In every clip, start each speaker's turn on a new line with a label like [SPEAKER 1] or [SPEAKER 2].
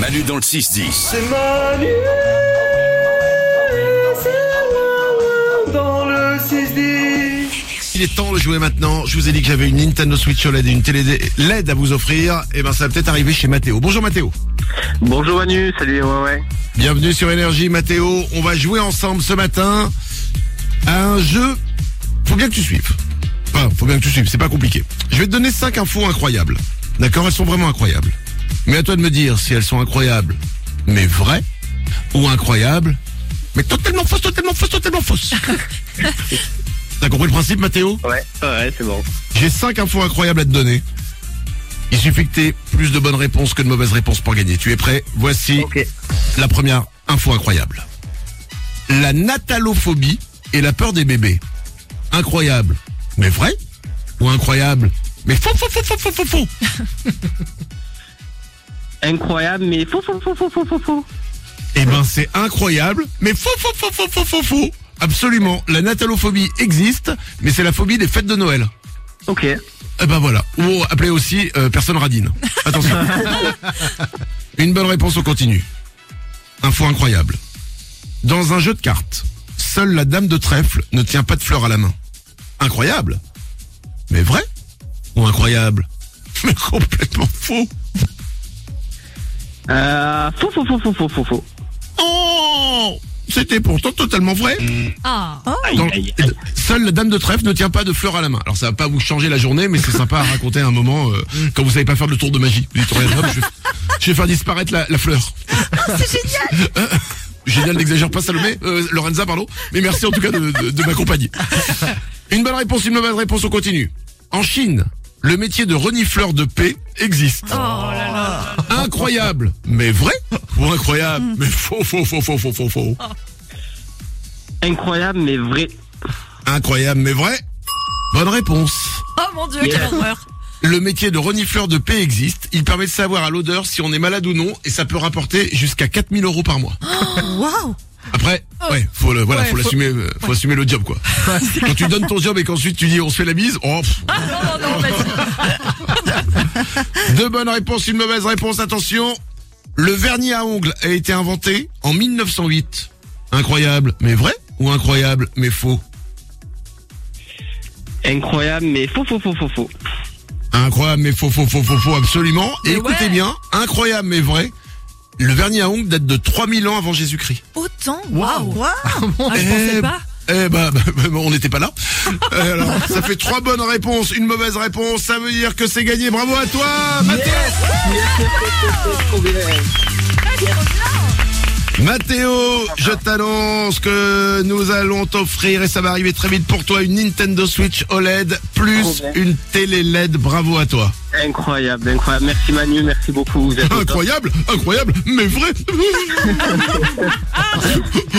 [SPEAKER 1] Manu dans le 6-10.
[SPEAKER 2] C'est Manu c'est Wawa dans le 6-10.
[SPEAKER 3] Il est temps de jouer maintenant. Je vous ai dit que j'avais une Nintendo Switch OLED et une télé LED à vous offrir. Et ben ça va peut-être arriver chez Mathéo. Bonjour Mathéo.
[SPEAKER 4] Bonjour Manu, salut, ouais, ouais.
[SPEAKER 3] Bienvenue sur Énergie Mathéo. On va jouer ensemble ce matin à un jeu. Faut bien que tu suives. Enfin, faut bien que tu suives, c'est pas compliqué. Je vais te donner cinq infos incroyables. D'accord Elles sont vraiment incroyables. Mais à toi de me dire si elles sont incroyables, mais vraies, ou incroyables, mais totalement fausses, totalement fausses, totalement fausses. T'as compris le principe, Mathéo
[SPEAKER 4] Ouais, ouais, c'est bon.
[SPEAKER 3] J'ai cinq infos incroyables à te donner. Il suffit que t'aies plus de bonnes réponses que de mauvaises réponses pour gagner. Tu es prêt Voici
[SPEAKER 4] Ok.
[SPEAKER 3] la première info incroyable. La natalophobie et la peur des bébés. Incroyable, mais vrai Ou incroyable, mais faux, faux, faux, faux, faux, faux, faux
[SPEAKER 4] Incroyable, mais faux, faux, faux, faux, faux, faux, faux.
[SPEAKER 3] Eh ben c'est incroyable, mais faux, faux, faux, faux, faux, faux, faux Absolument, la natalophobie existe, mais c'est la phobie des fêtes de Noël.
[SPEAKER 4] Ok.
[SPEAKER 3] Eh ben voilà. Ou appelez aussi euh, personne radine. Attention. Une bonne réponse, on continue. Info incroyable. Dans un jeu de cartes, seule la dame de trèfle ne tient pas de fleurs à la main. Incroyable. Mais vrai Ou incroyable Mais complètement faux.
[SPEAKER 4] Euh, faux, faux, faux, faux, faux, faux, faux.
[SPEAKER 3] Oh C'était pourtant totalement vrai.
[SPEAKER 5] Ah,
[SPEAKER 4] Mm. Aïe,
[SPEAKER 3] Dans-
[SPEAKER 4] aïe, aïe.
[SPEAKER 3] Seule la dame de trèfle ne tient pas de fleurs à la main. Alors ça va pas vous changer la journée, mais c'est sympa à raconter à un moment euh,
[SPEAKER 4] Mm.
[SPEAKER 3] quand vous savez pas faire le tour de magie. Vous dites, regarde, hop, je, vais- je vais faire disparaître la, la fleur.
[SPEAKER 5] Ah, c'est génial
[SPEAKER 3] Génial, n'exagère pas Salomé, euh, Lorenza pardon. Mais merci en tout cas de, de- de m'accompagner. Une bonne réponse, une mauvaise réponse, on continue. En Chine, le métier de renifleur de paix existe.
[SPEAKER 5] Oh.
[SPEAKER 3] Incroyable, mais vrai ou incroyable, mais faux, faux, faux, faux, faux, faux, faux.
[SPEAKER 4] Incroyable, mais vrai.
[SPEAKER 3] Incroyable, mais vrai. Bonne réponse.
[SPEAKER 5] Oh mon dieu,
[SPEAKER 4] Yeah.
[SPEAKER 5] quelle horreur
[SPEAKER 3] Le métier de renifleur de paix existe. Il permet de savoir à l'odeur si on est malade ou non et ça peut rapporter jusqu'à 4000 euros par mois.
[SPEAKER 5] Waouh
[SPEAKER 3] Après, Oh. ouais, faut le, voilà, faut l'assumer, euh, faut assumer le job quoi. Quand tu donnes ton job et qu'ensuite tu dis on se fait la bise, oh, pff,
[SPEAKER 5] Non, non, non, vas-y
[SPEAKER 3] deux bonnes réponses, une mauvaise réponse, attention. Le vernis à ongles a été inventé en 1908. Incroyable, mais vrai ou incroyable, mais faux
[SPEAKER 4] Incroyable, mais faux, faux, faux, faux, faux.
[SPEAKER 3] Incroyable, mais faux, faux, faux, faux, faux, absolument. Et
[SPEAKER 5] Mais
[SPEAKER 3] écoutez
[SPEAKER 5] ouais.
[SPEAKER 3] bien, incroyable, mais vrai. Le vernis à ongles date de 3000 ans avant Jésus-Christ.
[SPEAKER 5] Autant Waouh Waouh Ah, je
[SPEAKER 3] Eh
[SPEAKER 5] pensais
[SPEAKER 3] bah,
[SPEAKER 5] pas
[SPEAKER 3] Eh bah, bah, bah, on n'était pas là. Euh, alors, ça fait trois bonnes réponses, une mauvaise réponse. Ça veut dire que c'est gagné. Bravo à toi, Mathéo. Mathéo, je t'annonce que nous allons t'offrir et ça va arriver très vite pour toi une Nintendo Switch OLED plus
[SPEAKER 4] Trop bien.
[SPEAKER 3] une télé LED. Bravo à toi.
[SPEAKER 4] Incroyable, incroyable. Merci Manu, merci beaucoup. Vous êtes au top.
[SPEAKER 3] Incroyable, incroyable, mais vrai.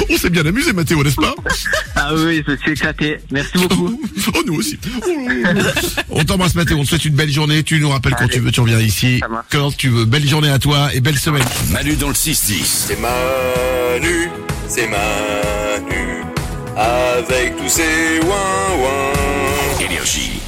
[SPEAKER 3] on s'est bien amusé, Mathéo, n'est-ce pas
[SPEAKER 4] Ah oui, je me suis éclaté. Merci beaucoup.
[SPEAKER 3] Oh, nous aussi. on t'embrasse, Mathéo. On te souhaite une belle journée. Tu nous rappelles quand tu veux, tu reviens ici.
[SPEAKER 4] Ça marche.
[SPEAKER 3] Quand tu veux. Belle journée à toi et belle semaine.
[SPEAKER 1] Manu dans le 6-10.
[SPEAKER 6] C'est Manu, c'est Manu, avec tous ses ouin-ouin.
[SPEAKER 1] Énergie.